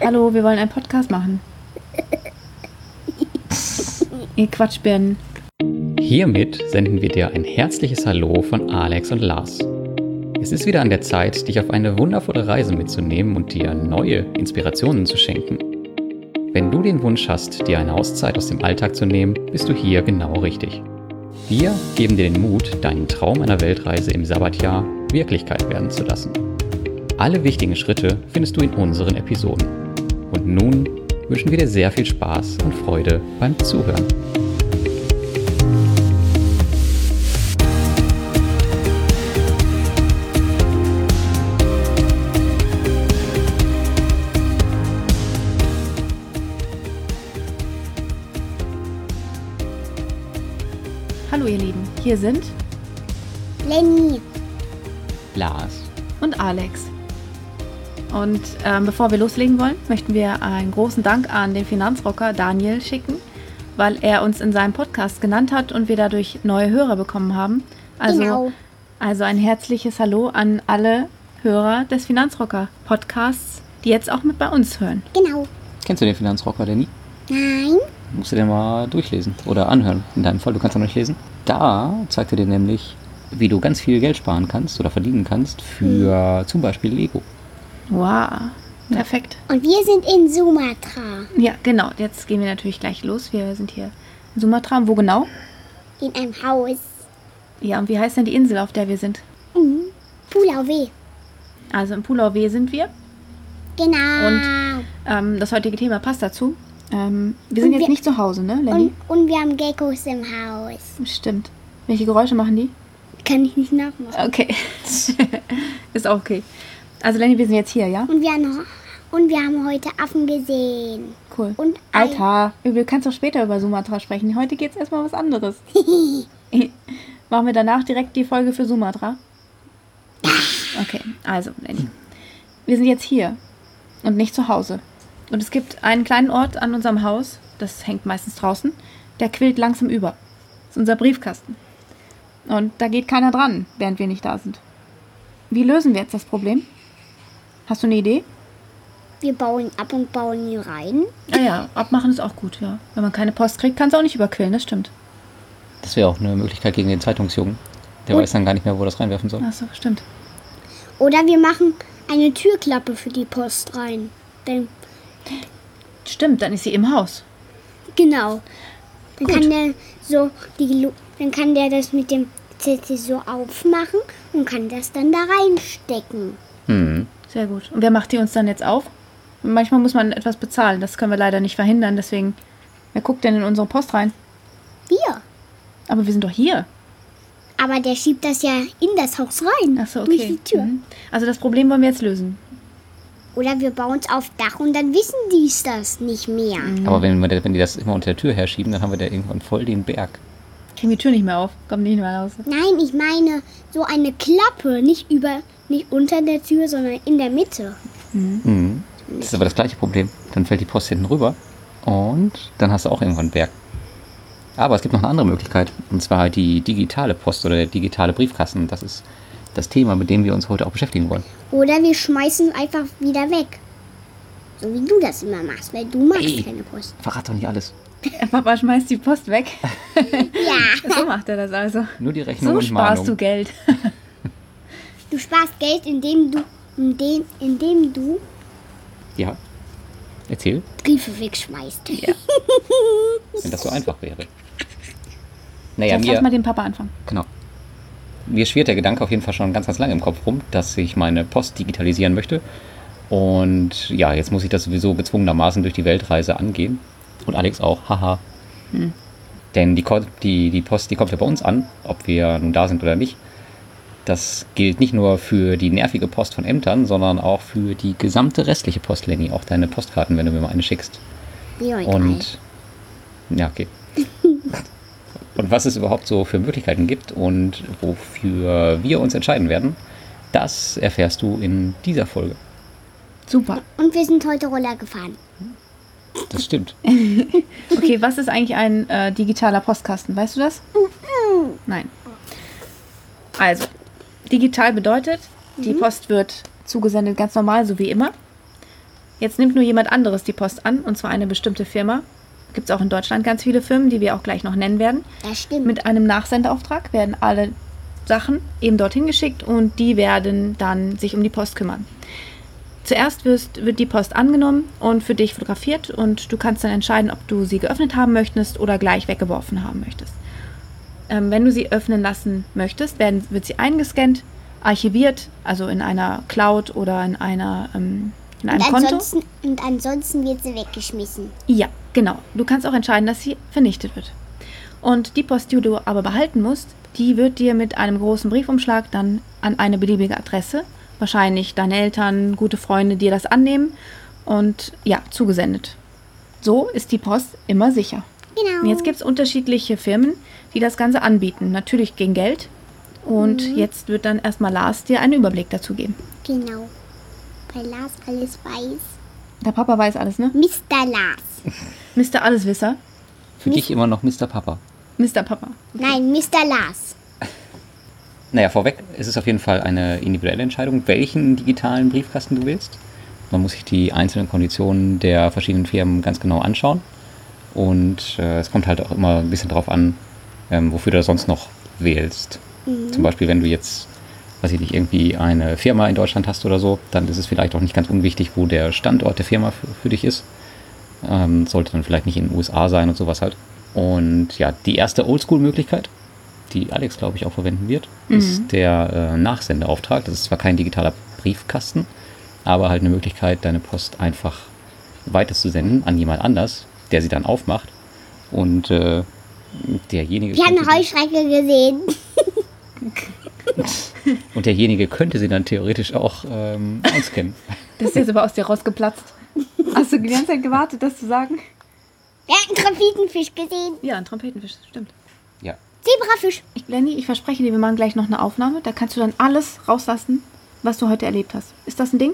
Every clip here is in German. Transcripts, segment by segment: Hallo, wir wollen einen Podcast machen. Ihr Quatschbirnen. Hiermit senden wir dir ein herzliches Hallo von Alex und Lars. Es ist wieder an der Zeit, dich auf eine wundervolle Reise mitzunehmen und dir neue Inspirationen zu schenken. Wenn du den Wunsch hast, dir eine Auszeit aus dem Alltag zu nehmen, bist du hier genau richtig. Wir geben dir den Mut, deinen Traum einer Weltreise im Sabbatjahr Wirklichkeit werden zu lassen. Alle wichtigen Schritte findest du in unseren Episoden. Und nun wünschen wir dir sehr viel Spaß und Freude beim Zuhören. Hallo, ihr Lieben. Hier sind Lenny. Lars. und Alex. Und ähm, bevor wir loslegen wollen, möchten wir einen großen Dank an den Finanzrocker Daniel schicken, weil er uns in seinem Podcast genannt hat und wir dadurch neue Hörer bekommen haben. Also, Genau. also ein herzliches Hallo an alle Hörer des Finanzrocker Podcasts, die jetzt auch mit bei uns hören. Genau. Kennst du den Finanzrocker, Danny? Nein. Musst du dir mal durchlesen oder anhören. In deinem Fall, du kannst ja noch nicht lesen. Da zeigt er dir nämlich, wie du ganz viel Geld sparen kannst oder verdienen kannst für zum Beispiel Lego. Wow, perfekt. Und wir sind in Sumatra. Ja, genau. Jetzt gehen wir natürlich gleich los. Wir sind hier in Sumatra. Wo genau? In einem Haus. Ja, und wie heißt denn die Insel, auf der wir sind? Mhm. Pulau W. Also im Pulauwe sind wir. Genau. Ähm, das heutige Thema passt dazu. Ähm, wir sind Und jetzt wir- nicht zu Hause, ne, Lenny? und, und wir haben Geckos im Haus. Stimmt. Welche Geräusche machen die? Kann ich nicht nachmachen. Okay. Ist auch okay. Also Lenny, wir sind jetzt hier, ja? Und wir, haben, und wir haben heute Affen gesehen. Cool. Und Ei. Alter, du kannst doch später über Sumatra sprechen. Heute geht's erstmal was anderes. Machen wir danach direkt die Folge für Sumatra? Okay, also Lenny. Wir sind jetzt hier und nicht zu Hause. Und es gibt einen kleinen Ort an unserem Haus, das hängt meistens draußen, der quillt langsam über. Das ist unser Briefkasten. Und da geht keiner dran, während wir nicht da sind. Wie lösen wir jetzt das Problem? Hast du eine Idee? Wir bauen ab und bauen ihn rein. Ja, ja, abmachen ist auch gut, ja. Wenn man keine Post kriegt, kann es auch nicht überquillen, das stimmt. Das wäre auch eine Möglichkeit gegen den Zeitungsjungen. Der Und- weiß dann gar nicht mehr, wo er das reinwerfen soll. Achso, stimmt. Oder wir machen eine Türklappe für die Post rein. Dann, Stimmt, dann ist sie im Haus. genau. Dann Gut. kann der so die Lu- dann kann der das mit dem CC so aufmachen und kann das dann da reinstecken. Hm. Sehr gut. Und wer macht die uns dann jetzt auf? Manchmal muss man etwas bezahlen, das können wir leider nicht verhindern, deswegen, wer guckt denn in unsere Post rein? Wir. Aber wir sind doch hier. Aber der schiebt das ja in das Haus rein. Achso, okay. Durch die Tür. Mhm. Also das Problem wollen wir jetzt lösen. Oder wir bauen es auf Dach und dann wissen die das nicht mehr. Mhm. Aber wenn, wir- wenn die das immer unter der Tür herschieben, dann haben wir da irgendwann voll den Berg. Kriegen die Tür nicht mehr auf, kommen nicht mehr raus. Nein, ich meine so eine Klappe, nicht über, nicht unter der Tür, sondern in der Mitte. Hm. Das ist aber das gleiche Problem. Dann fällt die Post hinten rüber und dann hast du auch irgendwann einen Berg. Aber es gibt noch eine andere Möglichkeit, und zwar die digitale Post oder der digitale Briefkasten. Das ist das Thema, mit dem wir uns heute auch beschäftigen wollen. Oder wir schmeißen einfach wieder weg. So wie du das immer machst, weil du magst Ey. keine Post. Verrat doch nicht alles. Papa schmeißt die Post weg. Ja, So macht er das also. Nur die Rechnung So und sparst Mahnung. du Geld. du sparst Geld, indem du, indem, indem du Ja. Erzähl, Briefe wegschmeißt. wenn das so einfach wäre. Naja, Jetzt lass mal mir, den Papa anfangen. genau. mir schwirrt der Gedanke auf jeden Fall schon ganz, ganz lange im Kopf rum, dass ich meine Post digitalisieren möchte. Und ja, jetzt muss ich das sowieso gezwungenermaßen durch die Weltreise angehen. Und Alex auch, haha. Denn die, Ko- die, die Post, die kommt ja bei uns an, ob wir nun da sind oder nicht. Das gilt nicht nur für die nervige Post von Ämtern, sondern auch für die gesamte restliche Post, Lenny. Auch deine Postkarten, wenn du mir mal eine schickst. Ja, egal. Und ja, okay. und was es überhaupt so für Möglichkeiten gibt und wofür wir uns entscheiden werden, das erfährst du in dieser Folge. Super. und wir sind heute Roller gefahren. Das stimmt. Okay, was ist eigentlich ein äh, digitaler Postkasten? Weißt du das? Nein. Also, digital bedeutet, die Post wird zugesendet ganz normal, so wie immer. Jetzt nimmt nur jemand anderes die Post an, und zwar eine bestimmte Firma. Gibt es auch in Deutschland ganz viele Firmen, die wir auch gleich noch nennen werden. Das stimmt. Mit einem Nachsendeauftrag werden alle Sachen eben dorthin geschickt und die werden dann sich um die Post kümmern. Zuerst wirst, wird die Post angenommen und für dich fotografiert und du kannst dann entscheiden, ob du sie geöffnet haben möchtest oder gleich weggeworfen haben möchtest. Ähm, wenn du sie öffnen lassen möchtest, werden, wird sie eingescannt, archiviert, also in einer Cloud oder in, einer, ähm, in einem und, Konto. ansonsten, und ansonsten wird sie weggeschmissen. Ja, genau. Du kannst auch entscheiden, dass sie vernichtet wird. Und die Post, die du aber behalten musst, die wird dir mit einem großen Briefumschlag dann an eine beliebige Adresse, wahrscheinlich deine Eltern, gute Freunde, dir das annehmen und ja, zugesendet. So ist die Post immer sicher. Genau. Und jetzt gibt es unterschiedliche Firmen, die das Ganze anbieten. Natürlich gegen Geld. Und jetzt wird dann erstmal Lars dir einen Überblick dazu geben. Genau. Weil Lars alles weiß. Der Papa weiß alles, ne? Mr. Lars. Mr. Alleswisser. Für dich immer noch Mr. Papa. Mr. Papa. Nein, Mr. Lars. Naja, vorweg, es ist auf jeden Fall eine individuelle Entscheidung, welchen digitalen Briefkasten du willst. Man muss sich die einzelnen Konditionen der verschiedenen Firmen ganz genau anschauen. Und äh, es kommt halt auch immer ein bisschen drauf an, ähm, wofür du das sonst noch wählst. Zum Beispiel, wenn du jetzt, weiß ich nicht, irgendwie eine Firma in Deutschland hast oder so, dann ist es vielleicht auch nicht ganz unwichtig, wo der Standort der Firma für, für dich ist. Ähm, sollte dann vielleicht nicht in den USA sein und sowas halt. Und ja, die erste Oldschool-Möglichkeit, die Alex, glaube ich, auch verwenden wird, ist der äh, Nachsendeauftrag. Das ist zwar kein digitaler Briefkasten, aber halt eine Möglichkeit, deine Post einfach weiterzusenden an jemand anders, der sie dann aufmacht. Und äh, derjenige. Wir haben könnte- eine Heuschrecke gesehen. Und derjenige könnte sie dann theoretisch auch ähm, einscannen. Das ist jetzt aber aus dir rausgeplatzt. Hast du die ganze Zeit gewartet, das zu sagen? Wir haben einen Trompetenfisch gesehen. Ja, ein Trompetenfisch, stimmt. ja. Zebrafisch. Ich, Lenny, ich verspreche dir, wir machen gleich noch eine Aufnahme. Da kannst du dann alles rauslassen, was du heute erlebt hast. Ist das ein Ding?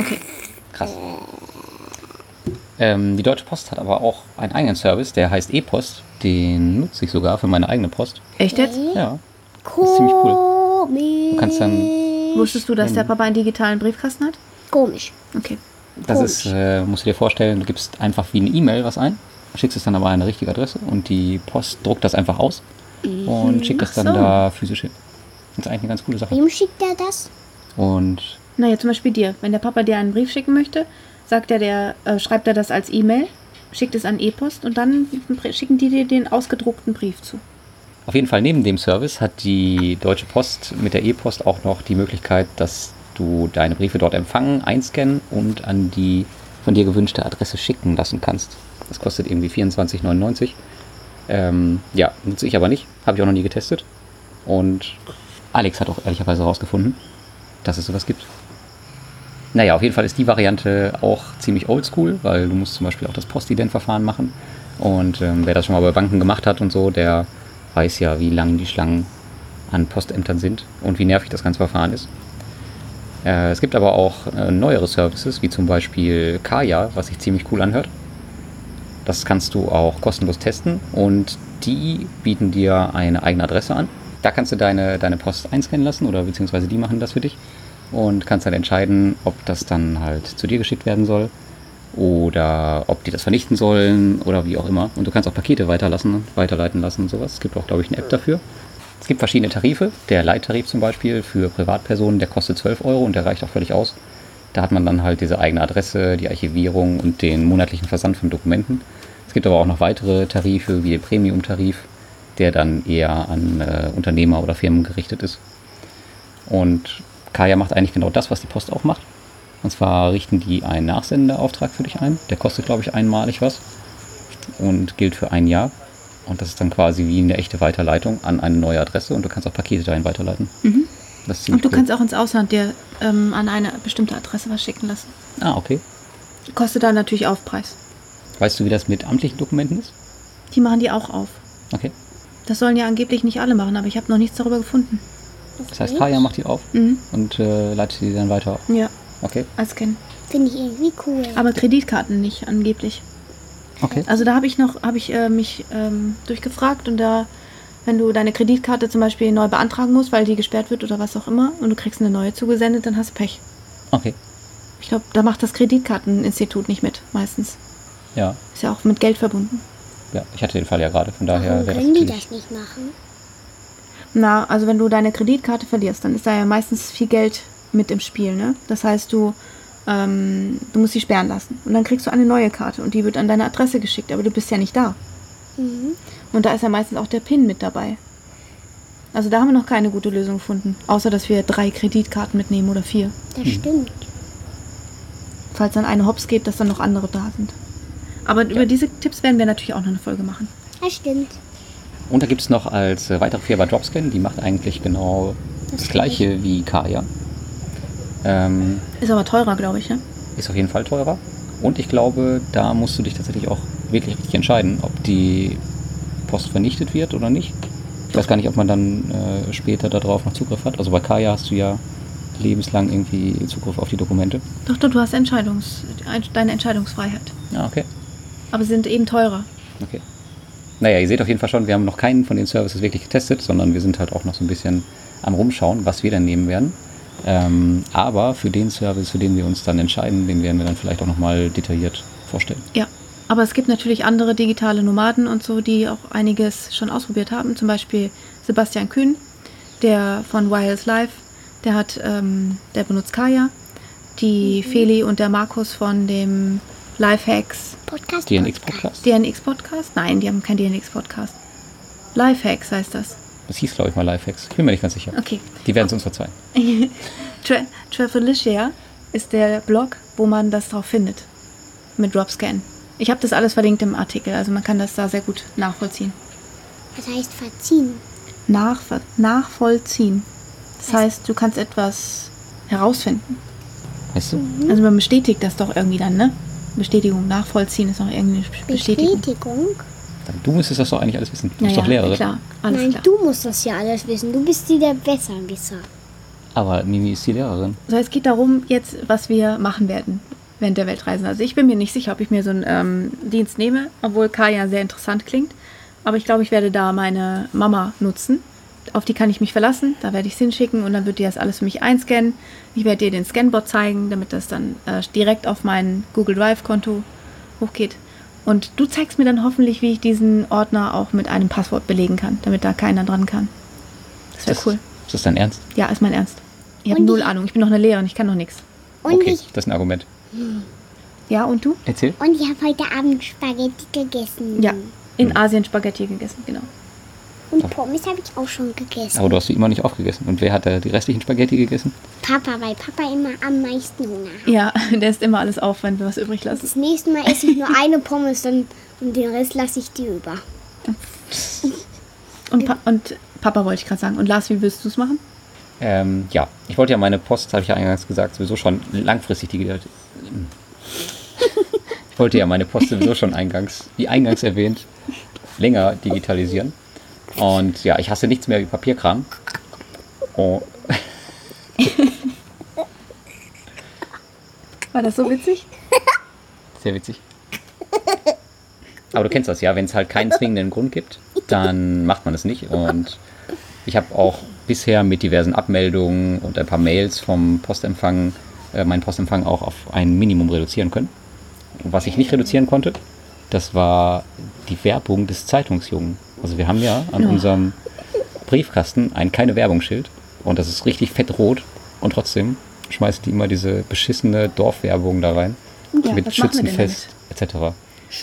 Okay. Krass. Ähm, die Deutsche Post hat aber auch einen eigenen Service, der heißt E-Post. Den nutze ich sogar für meine eigene Post. Echt jetzt? Ja. ist ziemlich cool. Komisch. Du kannst dann- Wusstest du, dass Hm. der Papa einen digitalen Briefkasten hat? Komisch. Okay. Das Komisch. ist, äh, musst du dir vorstellen, du gibst einfach wie eine E-Mail was ein, schickst es dann aber an eine richtige Adresse und die Post druckt das einfach aus und schickt das Ach dann so. da physisch hin. Das ist eigentlich eine ganz coole Sache. Wem schickt er das? Und Naja, zum Beispiel dir. Wenn der Papa dir einen Brief schicken möchte, sagt er, der, äh, schreibt er das als E-Mail, schickt es an E-Post und dann schicken die dir den ausgedruckten Brief zu. Auf jeden Fall neben dem Service hat die Deutsche Post mit der E-Post auch noch die Möglichkeit, dass du deine Briefe dort empfangen, einscannen und an die von dir gewünschte Adresse schicken lassen kannst. Das kostet irgendwie 24,99. Ähm, ja, nutze ich aber nicht. Habe ich auch noch nie getestet. Und Alex hat auch ehrlicherweise herausgefunden, dass es sowas gibt. Naja, auf jeden Fall ist die Variante auch ziemlich oldschool, weil du musst zum Beispiel auch das Postident-Verfahren machen. Und ähm, wer das schon mal bei Banken gemacht hat und so, der weiß ja, wie lang die Schlangen an Postämtern sind und wie nervig das ganze Verfahren ist. Äh, es gibt aber auch äh, neuere Services, wie zum Beispiel Kaya, was sich ziemlich cool anhört. Das kannst du auch kostenlos testen und die bieten dir eine eigene Adresse an. Da kannst du deine, deine Post einscannen lassen oder beziehungsweise die machen das für dich und kannst dann entscheiden, ob das dann halt zu dir geschickt werden soll oder ob die das vernichten sollen oder wie auch immer. Und du kannst auch Pakete weiterlassen, weiterleiten lassen und sowas. Es gibt auch, glaube ich, eine App dafür. Es gibt verschiedene Tarife. Der Leittarif zum Beispiel für Privatpersonen, der kostet 12 Euro und der reicht auch völlig aus. Da hat man dann halt diese eigene Adresse, die Archivierung und den monatlichen Versand von Dokumenten. Es gibt aber auch noch weitere Tarife wie den Premium-Tarif, der dann eher an äh, Unternehmer oder Firmen gerichtet ist. Und Kaya macht eigentlich genau das, was die Post auch macht. Und zwar richten die einen Nachsendeauftrag für dich ein. Der kostet, glaube ich, einmalig was und gilt für ein Jahr. Und das ist dann quasi wie eine echte Weiterleitung an eine neue Adresse und du kannst auch Pakete dahin weiterleiten. Das ist ziemlich Mhm. Und du cool. kannst auch ins Ausland dir ähm, an eine bestimmte Adresse was schicken lassen. Ah, okay. Kostet dann natürlich Aufpreis. Weißt du, wie das mit amtlichen Dokumenten ist? Die machen die auch auf. Okay. Das sollen ja angeblich nicht alle machen, aber ich habe noch nichts darüber gefunden. Das heißt, Kaya macht die auf Mhm. und äh, leitet die dann weiter. Ja, Okay. als Kind. Finde ich irgendwie cool. Aber Kreditkarten nicht angeblich. Okay. Also da habe ich noch, habe ich äh, mich ähm, durchgefragt und da, wenn du deine Kreditkarte zum Beispiel neu beantragen musst, weil die gesperrt wird oder was auch immer und du kriegst eine neue zugesendet, dann hast du Pech. Okay. Ich glaube, da macht das Kreditkarteninstitut nicht mit, meistens. Ja, Ist ja auch mit Geld verbunden. ja, ich hatte den Fall ja gerade, von daher Warum wäre das können die natürlich. das nicht machen? Na, also wenn du deine Kreditkarte verlierst, dann ist da ja meistens viel Geld mit im Spiel, ne? Das heißt, du, ähm, du musst sie sperren lassen. Und dann kriegst du eine neue Karte und die wird an deine Adresse geschickt, aber du bist ja nicht da. Mhm. Und da ist ja meistens auch der PIN mit dabei. Also da haben wir noch keine gute Lösung gefunden. Außer, dass wir drei Kreditkarten mitnehmen oder vier. Das Hm. stimmt. Falls dann eine hops geht, dass dann noch andere da sind. Aber über diese Tipps werden wir natürlich auch noch eine Folge machen. Das stimmt. Und da gibt es noch als äh, weitere Firma Dropscan, die macht eigentlich genau das gleiche wie Kaya. Ähm, Ist aber teurer, glaube ich, ne? ist auf jeden Fall teurer. Und ich glaube, da musst du dich tatsächlich auch wirklich richtig entscheiden, ob die Post vernichtet wird oder nicht. Ich weiß gar nicht, ob man dann äh, später darauf noch Zugriff hat. Also bei Kaya hast du ja lebenslang irgendwie Zugriff auf die Dokumente. Doch, doch, du hast Entscheidungs deine Entscheidungsfreiheit. Ja, okay. Aber sie sind eben teurer. Okay. Naja, ihr seht auf jeden Fall schon, wir haben noch keinen von den Services wirklich getestet, sondern wir sind halt auch noch so ein bisschen am Rumschauen, was wir dann nehmen werden. Ähm, aber für den Service, für den wir uns dann entscheiden, den werden wir dann vielleicht auch nochmal detailliert vorstellen. Ja. Aber es gibt natürlich andere digitale Nomaden und so, die auch einiges schon ausprobiert haben. Zum Beispiel Sebastian Kühn, der von Wireless Life, der hat, ähm, der benutzt Kaya. Die Feli und der Markus von dem Lifehacks Podcast. DNX-Podcast? DNX-Podcast? Nein, die haben keinen DNX-Podcast. Lifehacks heißt das. Das hieß, glaube ich, mal Lifehacks. Ich bin mir nicht ganz sicher. Okay. Die werden es uns verzeihen. Tra Travelicia ist der Blog, wo man das drauf findet. Mit Dropscan. Ich habe das alles verlinkt im Artikel, also man kann das da sehr gut nachvollziehen. Das heißt verziehen. Nach nachvollziehen. Das heißt, du kannst etwas herausfinden. Weißt du? Also man bestätigt das doch irgendwie dann, ne? Bestätigung, nachvollziehen ist noch irgendwie eine Bestätigung. Bestätigung. Du müsstest das doch eigentlich alles wissen. Du bist doch Lehrerin. klar, alles Nein, klar. du musst das ja alles wissen. Du bist die der Besserwisser. Aber Mimi ist die Lehrerin. So, es geht darum, jetzt, was wir machen werden während der Weltreisen. Also ich bin mir nicht sicher, ob ich mir so einen ähm, Dienst nehme, obwohl Kaya sehr interessant klingt. Aber ich glaube, ich werde da meine Mama nutzen. Auf die kann ich mich verlassen, da werde ich es hinschicken und dann wird die das alles für mich einscannen. Ich werde ihr den Scanbot zeigen, damit das dann äh, direkt auf mein Google Drive-Konto hochgeht. Und du zeigst mir dann hoffentlich, wie ich diesen Ordner auch mit einem Passwort belegen kann, damit da keiner dran kann. Das wäre Das- cool. Ist das dein Ernst? Ja, ist mein Ernst. Ich habe Und null ich- Ahnung. Ich bin noch eine Lehrerin, ich kann noch nichts. Und okay, ich, das ist ein Argument. Ja, und du? Erzähl. und ich habe heute Abend Spaghetti gegessen. Ja. In Asien Spaghetti gegessen, genau. Und Pommes habe ich auch schon gegessen. Aber du hast sie immer nicht aufgegessen. Und wer hat da die restlichen Spaghetti gegessen? Papa, weil Papa immer am meisten Hunger hat. Ja, der isst immer alles auf, wenn wir was übrig lassen. Das nächste Mal esse ich nur eine Pommes dann, und den Rest lasse ich dir über. Und, pa und Papa wollte ich gerade sagen. Und Lars, wie willst du es machen? Ähm, ja, ich wollte ja meine Post, habe ich ja eingangs gesagt, sowieso schon langfristig die. Ich wollte ja meine Post sowieso schon eingangs, wie eingangs erwähnt, länger digitalisieren. Und ja, ich hasse nichts mehr wie Papierkram. Oh, War das so witzig? sehr witzig. Aber du kennst das ja, wenn es halt keinen zwingenden Grund gibt, dann macht man es nicht. Und ich habe auch bisher mit diversen Abmeldungen und ein paar Mails vom Postempfang äh, meinen Postempfang auch auf ein Minimum reduzieren können. Und was ich nicht reduzieren konnte, das war die Werbung des Zeitungsjungen. Also wir haben ja an unserem Briefkasten ein keine Werbungsschild und das ist richtig fett rot und trotzdem schmeißen die immer diese beschissene Dorfwerbung da rein Ja, was mit machen wir denn Schützenfest etc. Und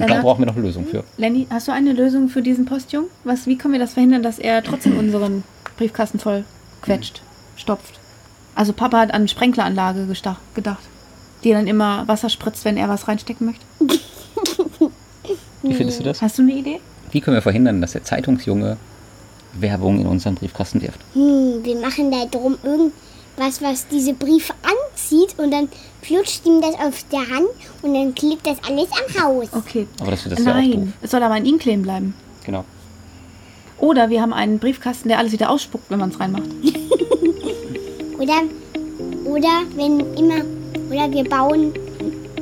da Salat. brauchen wir noch eine Lösung für. Lenny, hast du eine Lösung für diesen Postjung? Was, wie können wir das verhindern, dass er trotzdem unseren Briefkasten voll quetscht, stopft? Also Papa hat an Sprenkleranlage gesta- gedacht, die dann immer Wasser spritzt, wenn er was reinstecken möchte. Wie findest du das? Hast du eine Idee? Wie können wir verhindern, dass der Zeitungsjunge Werbung in unseren Briefkasten wirft? Hm, wir machen da drum irgendwas, was diese Briefe anzieht und dann flutscht ihm das auf der Hand und dann klebt das alles am Haus. Okay. Aber das, das ist ja auch doof. Nein, es soll aber an ihn kleben bleiben. Genau. Oder wir haben einen Briefkasten, der alles wieder ausspuckt, wenn man es reinmacht. Oder, oder wenn immer, oder wir bauen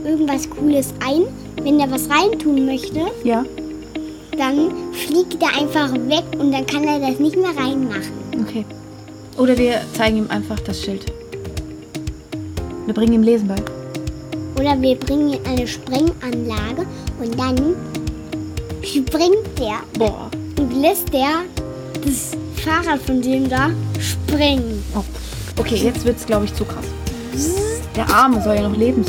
irgendwas Cooles ein. Wenn er was reintun möchte, Ja. dann fliegt er einfach weg und dann kann er das nicht mehr reinmachen. Okay. Oder wir zeigen ihm einfach das Schild. Wir bringen ihm Lesen bei. Oder wir bringen ihn in eine Sprenganlage und dann springt der Boah. und lässt der das Fahrrad von dem da springen. Oh. Okay, jetzt wird's, glaube ich, zu krass. Der Arme soll ja noch leben.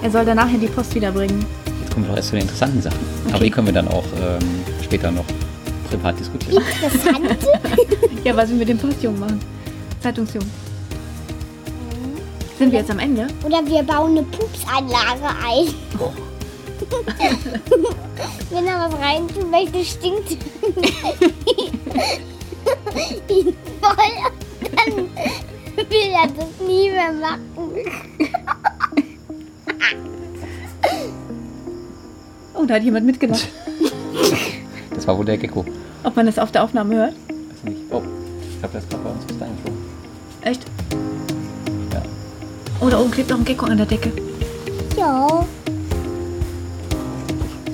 Er soll danach ja die Post wiederbringen. Jetzt kommen wir doch erst zu den interessanten Sachen. Aber die können wir dann auch ähm, später noch privat diskutieren. Interessant. Ja, was wir mit dem Postjungen machen. Zeitungsjungen. Sind wir jetzt am Ende? Oder wir bauen eine Pupsanlage ein. Wenn er was rein tun möchte, stinkt ihn voll. Und dann will er das nie mehr machen. Oh, da hat jemand mitgelacht. Das war wohl der Gecko. Ob man das auf der Aufnahme hört? Weiß nicht. Oh, ich glaube, das ist gerade bei uns was eingeflogen. Echt? Ja. Oh, da oben klebt noch ein Gecko an der Decke. Ja.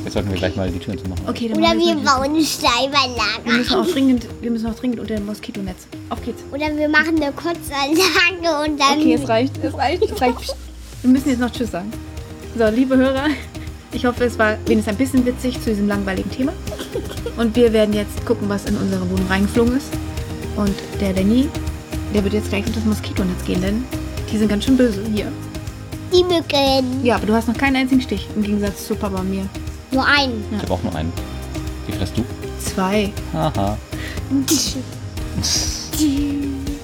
Jetzt sollten wir gleich mal die Türen zu machen. Okay, dann Oder machen wir's wir mal. bauen eine wir Steiberlage. müssen auch dringend, Wir müssen auch dringend unter dem Moskitonetz. Auf geht's. Oder wir machen eine Kotzanlage und dann. Okay, es reicht, es reicht, es reicht. Psst. Wir müssen jetzt noch Tschüss sagen. So, liebe Hörer, ich hoffe, es war wenigstens ein bisschen witzig zu diesem langweiligen Thema. Und wir werden jetzt gucken, was in unsere Wohnung reingeflogen ist. Und der Danny, der wird jetzt gleich unter das Moskitonetz gehen, denn die sind ganz schön böse hier. die Mücken. Ja, aber du hast noch keinen einzigen Stich, im Gegensatz zu Papa und mir. Nur einen. Ich habe auch nur einen. Wie viel hast du? Zwei. Haha. Tschüss.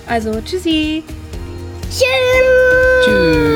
Also, tschüssi. Tschüss.